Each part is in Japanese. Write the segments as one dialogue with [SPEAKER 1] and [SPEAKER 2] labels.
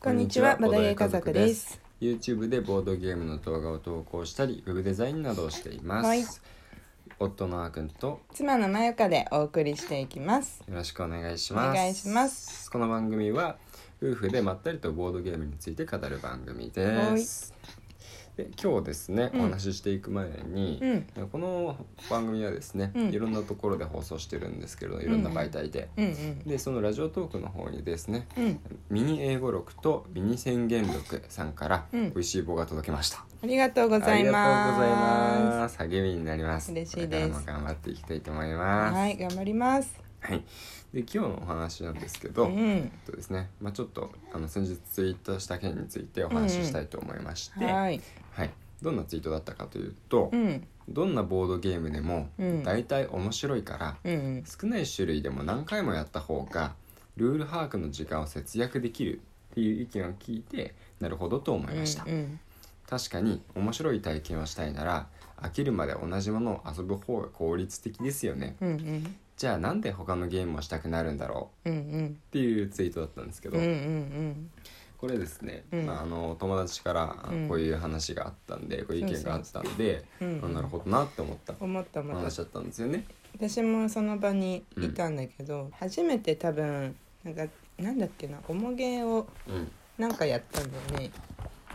[SPEAKER 1] こんにちは、バダイエ家族です。。
[SPEAKER 2] YouTube でボードゲームの動画を投稿したり、ウェブデザインなどをしています。
[SPEAKER 1] はい
[SPEAKER 2] 夫のあーくんと
[SPEAKER 1] 妻のまゆかでお送りしていきます。
[SPEAKER 2] よろしくお願いします。
[SPEAKER 1] お願いします。
[SPEAKER 2] この番組は夫婦でまったりとボードゲームについて語る番組です。で今日ですね、
[SPEAKER 1] うん
[SPEAKER 2] お話ししていく前に、この番組はですね、
[SPEAKER 1] うん
[SPEAKER 2] いろんなところで放送してるんですけれどいろんな媒体で、
[SPEAKER 1] うんうん。
[SPEAKER 2] でそのラジオトークの方にですね、
[SPEAKER 1] うん。
[SPEAKER 2] ミニ英語録とミニ宣言録さんから
[SPEAKER 1] う
[SPEAKER 2] 美
[SPEAKER 1] ん
[SPEAKER 2] 味しい棒が届きました。
[SPEAKER 1] ありがとうございます。
[SPEAKER 2] ありがとうございます。励みになります。
[SPEAKER 1] 嬉しいです
[SPEAKER 2] これからも頑張っていきたいと思います。
[SPEAKER 1] はい、頑張ります。
[SPEAKER 2] はい。で今日のお話なんですけ
[SPEAKER 1] う
[SPEAKER 2] ど、え
[SPEAKER 1] ん。
[SPEAKER 2] っとですね、まあちょっとあの先日ツイートした件についてお話ししたいと思いまして、はい。
[SPEAKER 1] はい。
[SPEAKER 2] どんなツイートだったかというと、
[SPEAKER 1] うん。
[SPEAKER 2] どんなボードゲームでも
[SPEAKER 1] うん
[SPEAKER 2] 大体面白いから、
[SPEAKER 1] うん。
[SPEAKER 2] 少ない種類でも何回もやった方がルール把握の時間を節約できるっていう意見を聞いてなるほどと思いました、
[SPEAKER 1] うん。
[SPEAKER 2] 確かに面白い体験をしたいなら飽きるまで同じものを遊ぶ方が効率的ですよね
[SPEAKER 1] うんうん。
[SPEAKER 2] じゃあなんで他のゲームをしたくなるんだろ
[SPEAKER 1] うんうん
[SPEAKER 2] う。っていうツイートだったんですけ
[SPEAKER 1] うんう
[SPEAKER 2] ど、
[SPEAKER 1] んうん。
[SPEAKER 2] これですね、
[SPEAKER 1] うん
[SPEAKER 2] まあ、あの友達からあ
[SPEAKER 1] うん
[SPEAKER 2] こういう話があったんで、こういう意見があったんで、
[SPEAKER 1] そうそううん
[SPEAKER 2] あなるほどなって思った
[SPEAKER 1] 思った思った
[SPEAKER 2] 話だったんですよね。
[SPEAKER 1] 私もその場にいたんだけど、初めて多分なんかなんだっけなおもげを
[SPEAKER 2] うん
[SPEAKER 1] なんかやったんだよね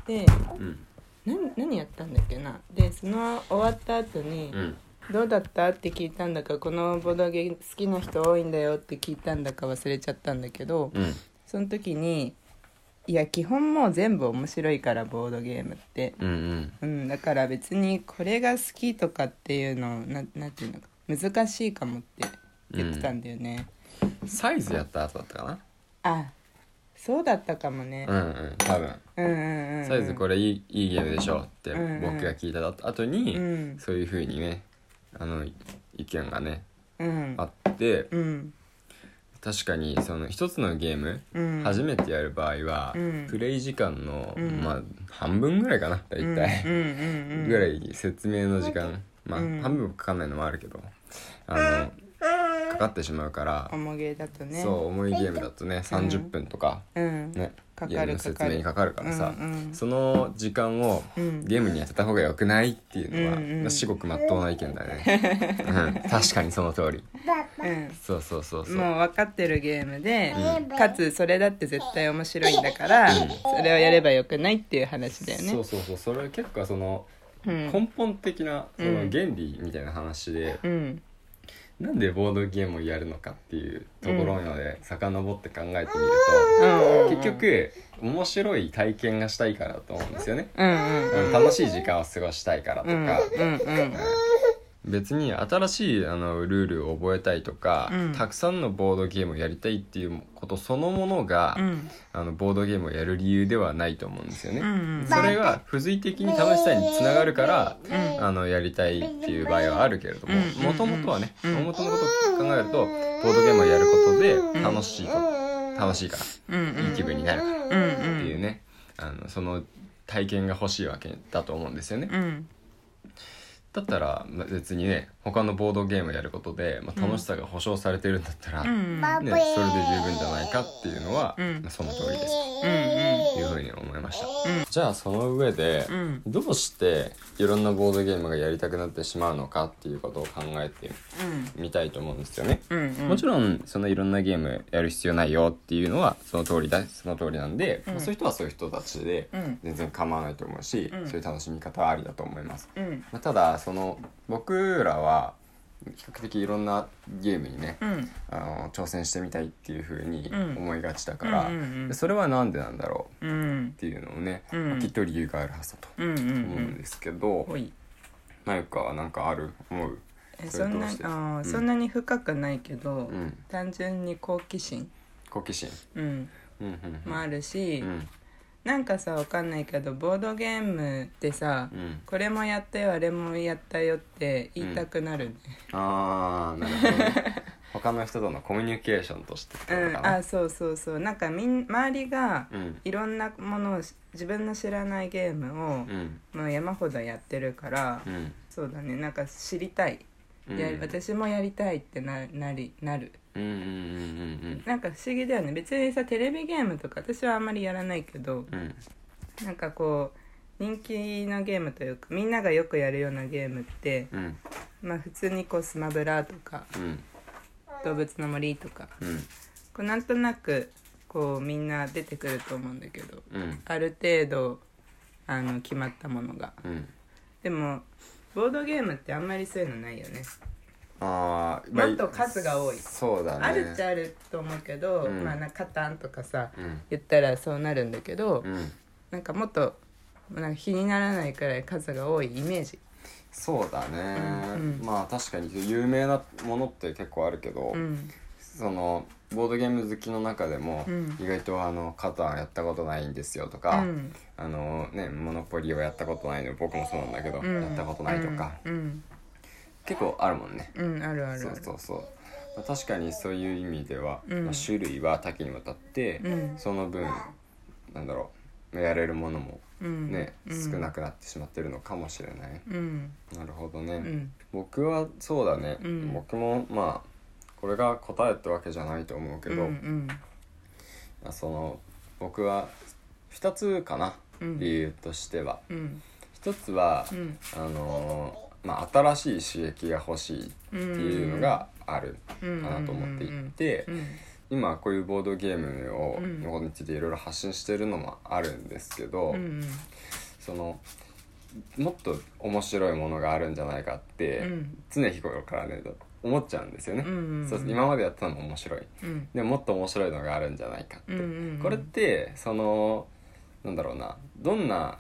[SPEAKER 1] で
[SPEAKER 2] うん
[SPEAKER 1] 何何やったんだっけなでその終わった後に
[SPEAKER 2] うん
[SPEAKER 1] 「どうだった?」って聞いたんだかこのボドゲ好きな人多いんだよって聞いたんだか忘れちゃったんだけど
[SPEAKER 2] うん
[SPEAKER 1] その時に「いや基本もう全部面白いからボードゲームって」
[SPEAKER 2] うんうん
[SPEAKER 1] うん、だから別にこれが好きとかっていうのななんていうのか難しいかもって言ってたんだよね、
[SPEAKER 2] サイズやった後だったか
[SPEAKER 1] あそうだったかもね
[SPEAKER 2] なう、んうん多分
[SPEAKER 1] うん、うんうんうん
[SPEAKER 2] サイズこれいいいいゲームでしょって
[SPEAKER 1] うんうん
[SPEAKER 2] 僕が聞いた後
[SPEAKER 1] う
[SPEAKER 2] に
[SPEAKER 1] ん
[SPEAKER 2] そういうふうにねあの意見がね
[SPEAKER 1] うん
[SPEAKER 2] あって
[SPEAKER 1] うん
[SPEAKER 2] 確かにその一つのゲーム
[SPEAKER 1] うん
[SPEAKER 2] 初めてやる場合は
[SPEAKER 1] うん
[SPEAKER 2] プレイ時間の
[SPEAKER 1] うん
[SPEAKER 2] まあ半分ぐらいかな大
[SPEAKER 1] う
[SPEAKER 2] 体
[SPEAKER 1] んうんうんうん
[SPEAKER 2] ぐらい説明の時間まあ
[SPEAKER 1] うん
[SPEAKER 2] 半分もかかんないのもあるけどあのかかってしまうから
[SPEAKER 1] おもげだとね
[SPEAKER 2] そう重いゲームだとね30分とか
[SPEAKER 1] う、ん、
[SPEAKER 2] ね
[SPEAKER 1] か
[SPEAKER 2] ゲー
[SPEAKER 1] か
[SPEAKER 2] ム
[SPEAKER 1] る
[SPEAKER 2] の
[SPEAKER 1] か
[SPEAKER 2] 説
[SPEAKER 1] か
[SPEAKER 2] 明に
[SPEAKER 1] る
[SPEAKER 2] かかるからさ、
[SPEAKER 1] うんうん
[SPEAKER 2] その時間を
[SPEAKER 1] うん
[SPEAKER 2] ゲームに当てた方が良くないっていうのは、
[SPEAKER 1] うんうん
[SPEAKER 2] まあ至極まっとうな意見だね、 うん、確かにその通り
[SPEAKER 1] う
[SPEAKER 2] そうそうそうそ
[SPEAKER 1] ん、
[SPEAKER 2] う、
[SPEAKER 1] もう分かってるゲームで、かつそれだって絶対面白いんだから、それをやればよくないっていう話だよね
[SPEAKER 2] そうそうそうそれは結構その
[SPEAKER 1] うん
[SPEAKER 2] 根本的なその
[SPEAKER 1] うん
[SPEAKER 2] 原理みたいな話で、
[SPEAKER 1] うん
[SPEAKER 2] なんでボードゲームをやるのかっていうところまで遡って考えてみる
[SPEAKER 1] うん
[SPEAKER 2] と、
[SPEAKER 1] うん
[SPEAKER 2] 結局面白い体験がしたいからだと思うんですよね、
[SPEAKER 1] うんうん
[SPEAKER 2] うん楽しい時間を過ごしたいからと
[SPEAKER 1] う
[SPEAKER 2] か、
[SPEAKER 1] んうんうん
[SPEAKER 2] 別に新しいあのルールを覚えたいとか、
[SPEAKER 1] うん
[SPEAKER 2] たくさんのボードゲームをやりたいっていうことそのものが、
[SPEAKER 1] うん
[SPEAKER 2] あのボードゲームをやる理由ではないと思うんですよね。
[SPEAKER 1] うん
[SPEAKER 2] それが付随的に試したいにつながるから、あのやりたいっていう場合はあるけれども
[SPEAKER 1] うん
[SPEAKER 2] もともとはね
[SPEAKER 1] うん
[SPEAKER 2] もともと考えるとボードゲームをやることで楽しいこと、楽しいか
[SPEAKER 1] うんうん
[SPEAKER 2] らいい気分になるからっ
[SPEAKER 1] うんうん
[SPEAKER 2] ていうねあのその体験が欲しいわけだと思うんですよね。
[SPEAKER 1] うん
[SPEAKER 2] だったらまあ別にね他のボードゲームをやることで、まあ、楽しさが保証されてるんだったら、
[SPEAKER 1] うんう
[SPEAKER 2] ね、
[SPEAKER 1] ん
[SPEAKER 2] それで十分じゃないかっていうのは、
[SPEAKER 1] うん
[SPEAKER 2] まあその通りです
[SPEAKER 1] うん
[SPEAKER 2] というふうに思いました、じゃあその上で、
[SPEAKER 1] ん
[SPEAKER 2] どうしていろんなボードゲームがやりたくなってしまうのかっていうことを考えてみたいと思うんですよね。
[SPEAKER 1] うんうん
[SPEAKER 2] もちろんそのいろんなゲームやる必要ないよっていうのはその通りだその通りなんで、まあそういう人はそういう人たちで
[SPEAKER 1] うん
[SPEAKER 2] 全然構わないと思うし、
[SPEAKER 1] ん
[SPEAKER 2] そういう楽しみ方はありだと思います。
[SPEAKER 1] うん
[SPEAKER 2] まあ、ただその僕らは比較的いろんなゲームにね、
[SPEAKER 1] うん
[SPEAKER 2] あの挑戦してみたいっていうふうに
[SPEAKER 1] ん
[SPEAKER 2] 思いがちだから、
[SPEAKER 1] うんうんうん
[SPEAKER 2] それはなんでなんだろう
[SPEAKER 1] うん
[SPEAKER 2] っていうのをね、
[SPEAKER 1] うん
[SPEAKER 2] まあきっと理由があるはずだと
[SPEAKER 1] うんうんう
[SPEAKER 2] 思うん
[SPEAKER 1] ん
[SPEAKER 2] ですけど、
[SPEAKER 1] ほい
[SPEAKER 2] マユカはなんかある思う
[SPEAKER 1] え
[SPEAKER 2] そ
[SPEAKER 1] そ
[SPEAKER 2] れ
[SPEAKER 1] ん
[SPEAKER 2] ど
[SPEAKER 1] な
[SPEAKER 2] うして
[SPEAKER 1] あー
[SPEAKER 2] うん
[SPEAKER 1] そんなに深くないけど
[SPEAKER 2] うん
[SPEAKER 1] 単純に好奇心
[SPEAKER 2] 好奇心、
[SPEAKER 1] うん
[SPEAKER 2] うんうんうん
[SPEAKER 1] もあるし、
[SPEAKER 2] うん
[SPEAKER 1] なんかさわかんないけどボードゲームってさ、
[SPEAKER 2] うん
[SPEAKER 1] これもやったよあれもやったよって言いたくなるね、
[SPEAKER 2] ああなるほど ね他の人とのコミュニケーションとしてって
[SPEAKER 1] う
[SPEAKER 2] こ
[SPEAKER 1] ん
[SPEAKER 2] とかな
[SPEAKER 1] あそうそうそうなんかみん周りが
[SPEAKER 2] うん
[SPEAKER 1] いろんなものをし自分の知らないゲームを、
[SPEAKER 2] うん
[SPEAKER 1] もう山ほどやってるから、
[SPEAKER 2] うん
[SPEAKER 1] そうだねなんか知りたい、
[SPEAKER 2] うん
[SPEAKER 1] や私もやりたいってななりなる
[SPEAKER 2] うんうんうん
[SPEAKER 1] なんか不思議だよね別にさテレビゲームとか私はあんまりやらないけど
[SPEAKER 2] うんうん
[SPEAKER 1] なんかこう人気のゲームというかみんながよくやるようなゲームって、
[SPEAKER 2] うん
[SPEAKER 1] まあ、普通にこうスマブラとか
[SPEAKER 2] うん
[SPEAKER 1] 動物の森とか
[SPEAKER 2] うん
[SPEAKER 1] こうなんとなくこうみんな出てくると思うんだけど
[SPEAKER 2] うん
[SPEAKER 1] ある程度あの決まったものが
[SPEAKER 2] うん
[SPEAKER 1] でもボードゲームってあんまりそういうのないよね
[SPEAKER 2] ああ
[SPEAKER 1] もっと数が多い
[SPEAKER 2] そうだね
[SPEAKER 1] あるっちゃあると思うけど、
[SPEAKER 2] うん
[SPEAKER 1] まあなんかカタンとかさ
[SPEAKER 2] うん
[SPEAKER 1] 言ったらそうなるんだけど、
[SPEAKER 2] うん
[SPEAKER 1] なんかもっとなんか気にならないくらい数が多いイメージ
[SPEAKER 2] そうだね、
[SPEAKER 1] うんうん
[SPEAKER 2] まあ確かに有名なものって結構あるけど、
[SPEAKER 1] うん
[SPEAKER 2] そのボードゲーム好きの中でも、
[SPEAKER 1] うん
[SPEAKER 2] 意外とあのカタンやったことないんですよと
[SPEAKER 1] う
[SPEAKER 2] か、
[SPEAKER 1] ん
[SPEAKER 2] あのねモノポリをやったことないの僕もそうなんだけど、
[SPEAKER 1] うん
[SPEAKER 2] やったことないとか、
[SPEAKER 1] うん
[SPEAKER 2] 結構あるもんね
[SPEAKER 1] うん、うんあるあるある
[SPEAKER 2] そうそうそう、まあ、確かにそういう意味では、
[SPEAKER 1] うん
[SPEAKER 2] まあ種類は多岐にわたって、
[SPEAKER 1] うん
[SPEAKER 2] その分なんだろうやれるものも
[SPEAKER 1] うん
[SPEAKER 2] ね、
[SPEAKER 1] うん、
[SPEAKER 2] 少なくなってしまってるのかもしれない、
[SPEAKER 1] うん
[SPEAKER 2] なるほどね、
[SPEAKER 1] うん
[SPEAKER 2] 僕はそうだね、
[SPEAKER 1] うん
[SPEAKER 2] 僕もまあこれが答えってわけじゃないと思うけど、
[SPEAKER 1] うん
[SPEAKER 2] まあその僕は2つかな、
[SPEAKER 1] うん
[SPEAKER 2] 理由としては
[SPEAKER 1] うん
[SPEAKER 2] 1つは、
[SPEAKER 1] うん
[SPEAKER 2] あのーまあ、新しい刺激が欲しいっていうのがある
[SPEAKER 1] う
[SPEAKER 2] か
[SPEAKER 1] ん
[SPEAKER 2] なと思っていて
[SPEAKER 1] うん
[SPEAKER 2] 今こういうボードゲームを
[SPEAKER 1] うん
[SPEAKER 2] のことについていろいろ発信してるのもあるんですけ
[SPEAKER 1] う
[SPEAKER 2] ど、
[SPEAKER 1] んうん
[SPEAKER 2] そのもっと面白いものがあるんじゃないかって、
[SPEAKER 1] うん
[SPEAKER 2] 常日頃からね思っちゃうんですよね、
[SPEAKER 1] うんうんうん
[SPEAKER 2] そう今までやったのも面白い
[SPEAKER 1] うん
[SPEAKER 2] でももっと面白いのがあるんじゃないかって、
[SPEAKER 1] うんうんうん
[SPEAKER 2] これってそのなんだろうなどんな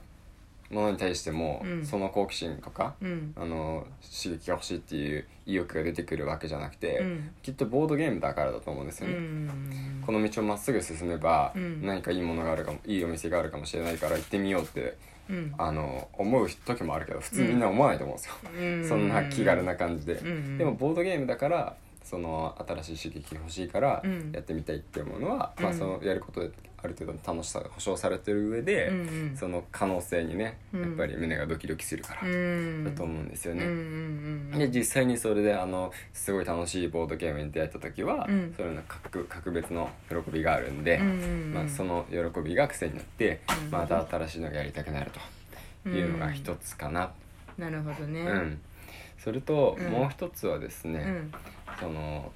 [SPEAKER 2] ものに対しても、
[SPEAKER 1] うん
[SPEAKER 2] その好奇心とか、
[SPEAKER 1] うん
[SPEAKER 2] あの刺激が欲しいっていう意欲が出てくるわけじゃなくて、
[SPEAKER 1] うん
[SPEAKER 2] きっとボードゲームだからだと思うんです
[SPEAKER 1] う
[SPEAKER 2] よね、
[SPEAKER 1] ん
[SPEAKER 2] この道をまっすぐ進めば、
[SPEAKER 1] うん
[SPEAKER 2] 何かいいものがあるかもいいお店があるかもしれないから行ってみようって
[SPEAKER 1] うん
[SPEAKER 2] あの思う時もあるけど普通みんな思わないと思うんですよ、そんな気軽な感じで、
[SPEAKER 1] うんうん
[SPEAKER 2] でもボードゲームだからその新しい刺激欲しいから
[SPEAKER 1] うん
[SPEAKER 2] やってみたいっていうものは、まあ、
[SPEAKER 1] うん
[SPEAKER 2] そのやることである程度の楽しさが保証されてる上で、
[SPEAKER 1] うんうん
[SPEAKER 2] その可能性にね
[SPEAKER 1] う
[SPEAKER 2] や
[SPEAKER 1] ん
[SPEAKER 2] っぱり胸がドキドキするから
[SPEAKER 1] うん
[SPEAKER 2] だと思うんですよ
[SPEAKER 1] うん
[SPEAKER 2] ね。
[SPEAKER 1] うんう
[SPEAKER 2] で
[SPEAKER 1] ん
[SPEAKER 2] 実際にそれであのすごい楽しいボードゲームに出会った時は、
[SPEAKER 1] うん
[SPEAKER 2] それの格格別の喜びがあるんで、
[SPEAKER 1] うんうんうん
[SPEAKER 2] まあ、その喜びが癖になって、
[SPEAKER 1] うん
[SPEAKER 2] また新しいのがやりたくなるというのが一つかな
[SPEAKER 1] なるほどね
[SPEAKER 2] うん、それと
[SPEAKER 1] うん
[SPEAKER 2] もう一つはです
[SPEAKER 1] う
[SPEAKER 2] ね、
[SPEAKER 1] ん
[SPEAKER 2] その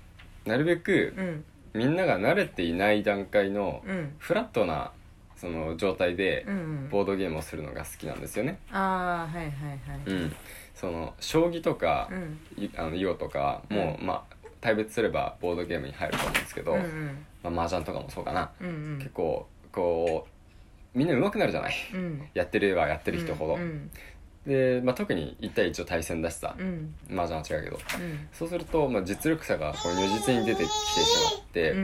[SPEAKER 2] なるべく
[SPEAKER 1] うん
[SPEAKER 2] みんなが慣れていない段階の
[SPEAKER 1] うん
[SPEAKER 2] フラットなその状態で
[SPEAKER 1] うん
[SPEAKER 2] ボードゲームをするのが好きなんですよね。
[SPEAKER 1] ああはいはいはい
[SPEAKER 2] うん、その将棋とか、
[SPEAKER 1] うん
[SPEAKER 2] いあの囲碁とかも、うまあ大別すればボードゲームに入ると思うんですけど、
[SPEAKER 1] うんうん
[SPEAKER 2] まあ、麻雀とかもそうかな、
[SPEAKER 1] うんうん
[SPEAKER 2] 結構こうみんな上手くなるじゃない
[SPEAKER 1] うん
[SPEAKER 2] やってればやってる人ほど、
[SPEAKER 1] うん
[SPEAKER 2] で、まあ、特に1対1を対戦だしさ
[SPEAKER 1] う、ん
[SPEAKER 2] 麻雀は違うけど
[SPEAKER 1] うん
[SPEAKER 2] そうすると、まあ、実力差がこう如実に出てきてしまって、
[SPEAKER 1] うん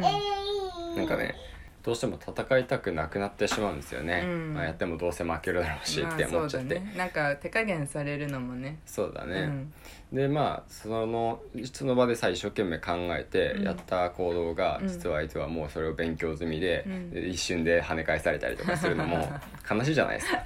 [SPEAKER 2] なんかねどうしても戦いたくなくなってしまうんですよね、
[SPEAKER 1] うん
[SPEAKER 2] まあ、やってもどうせ負けるだろうしって思っちゃって、
[SPEAKER 1] まあそうだねなんか手加減されるのもね
[SPEAKER 2] そうだね
[SPEAKER 1] うん
[SPEAKER 2] でまあそのその場でさ一生懸命考えて
[SPEAKER 1] うん
[SPEAKER 2] やった行動が、
[SPEAKER 1] うん
[SPEAKER 2] 実は相手はもうそれを勉強済みで,
[SPEAKER 1] う
[SPEAKER 2] で、
[SPEAKER 1] ん
[SPEAKER 2] 一瞬で跳ね返されたりとかする のも悲しいじゃないですか。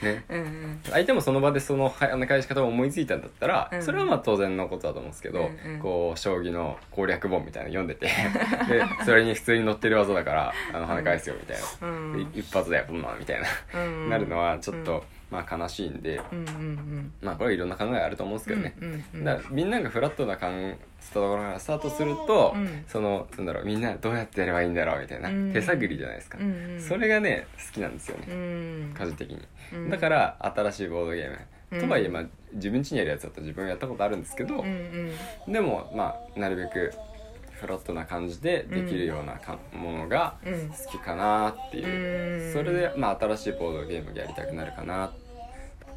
[SPEAKER 2] ね、
[SPEAKER 1] うんうん
[SPEAKER 2] 相手もその場でそのは跳ね返し方を思いついたんだったら、
[SPEAKER 1] うん
[SPEAKER 2] それはまあ当然のことだと思うんですけど、
[SPEAKER 1] うんうん
[SPEAKER 2] こう将棋の攻略本みたいな の読んでてでそれに普通に載ってる技だからあの跳ね返すよみたいな、
[SPEAKER 1] うん
[SPEAKER 2] い一発だよこんなんみたいな、
[SPEAKER 1] うん
[SPEAKER 2] なるのはちょっ
[SPEAKER 1] う
[SPEAKER 2] と、まあ悲しいんで、
[SPEAKER 1] うんうんうん
[SPEAKER 2] まあこれはいろんな考えあると思うんですけどね、
[SPEAKER 1] うんうん
[SPEAKER 2] だからみんながフラットな感じたところからスタートすると、
[SPEAKER 1] うん
[SPEAKER 2] そのなんだろうみんなどうやってやればいいんだろうみたいな、
[SPEAKER 1] うん
[SPEAKER 2] 手探りじゃないですか、
[SPEAKER 1] うんうん
[SPEAKER 2] それがね好きなんですよ
[SPEAKER 1] う
[SPEAKER 2] ね、
[SPEAKER 1] ん
[SPEAKER 2] 個人的に、
[SPEAKER 1] うん
[SPEAKER 2] だから新しいボードゲーム、
[SPEAKER 1] うん
[SPEAKER 2] とはいえ、まあ、自分家にやるやつだったら自分がやったことあるんですけど
[SPEAKER 1] う、ん
[SPEAKER 2] でもまあなるべくフラットな感じでできるようなか、ものが
[SPEAKER 1] うんうん
[SPEAKER 2] 好きかなっていう、
[SPEAKER 1] うん
[SPEAKER 2] それで、まあ、新しいボードゲームがやりたくなるかなっ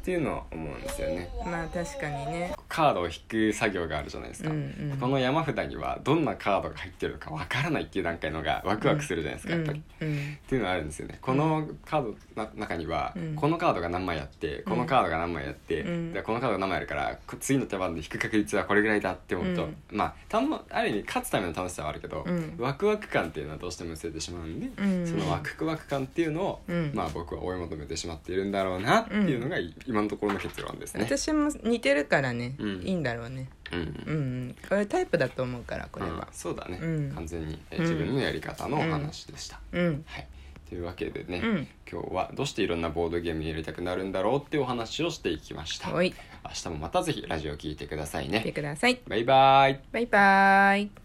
[SPEAKER 2] ていうのは思うんですよね
[SPEAKER 1] まあ確かにね
[SPEAKER 2] カードを引く作業があるじゃないです
[SPEAKER 1] う
[SPEAKER 2] か、
[SPEAKER 1] んうん
[SPEAKER 2] この山札にはどんなカードが入ってるのかわからないっていう段階のがワクワクするじゃないですか、やっぱり。
[SPEAKER 1] うんうん
[SPEAKER 2] っていうのはあるんですよねこのカードの中には、
[SPEAKER 1] うん
[SPEAKER 2] このカードが何枚あってこのカードが何枚あって、
[SPEAKER 1] うん
[SPEAKER 2] でこのカードが何枚あるからこ次の手番で引く確率はこれぐらいだって思うと、
[SPEAKER 1] うん
[SPEAKER 2] まあたのある意味勝つための楽しさはあるけど、
[SPEAKER 1] うん
[SPEAKER 2] ワクワク感っていうのはどうしても薄れてしまうんで、
[SPEAKER 1] うん
[SPEAKER 2] そのワクワク感っていうのを、
[SPEAKER 1] うん
[SPEAKER 2] まあ、僕は追い求めてしまっているんだろうなっていうのが、い今今のところの結論ですね。
[SPEAKER 1] 私も似てるからね、
[SPEAKER 2] うん
[SPEAKER 1] いいんだろうね
[SPEAKER 2] うん
[SPEAKER 1] うんうんこれタイプだと思うからこれ
[SPEAKER 2] うん
[SPEAKER 1] は
[SPEAKER 2] そうだね、
[SPEAKER 1] うん
[SPEAKER 2] 完全に、え
[SPEAKER 1] うん
[SPEAKER 2] 自分のやり方のお話でした。
[SPEAKER 1] うん
[SPEAKER 2] はい、というわけでね、
[SPEAKER 1] うん
[SPEAKER 2] 今日はどうしていろんなボードゲームやりたくなるんだろうっていうお話をしていきました。
[SPEAKER 1] おい
[SPEAKER 2] 明日もまたぜひラジオ聞いてください
[SPEAKER 1] 見て
[SPEAKER 2] ね。
[SPEAKER 1] ください
[SPEAKER 2] バイバイ
[SPEAKER 1] バイバーイ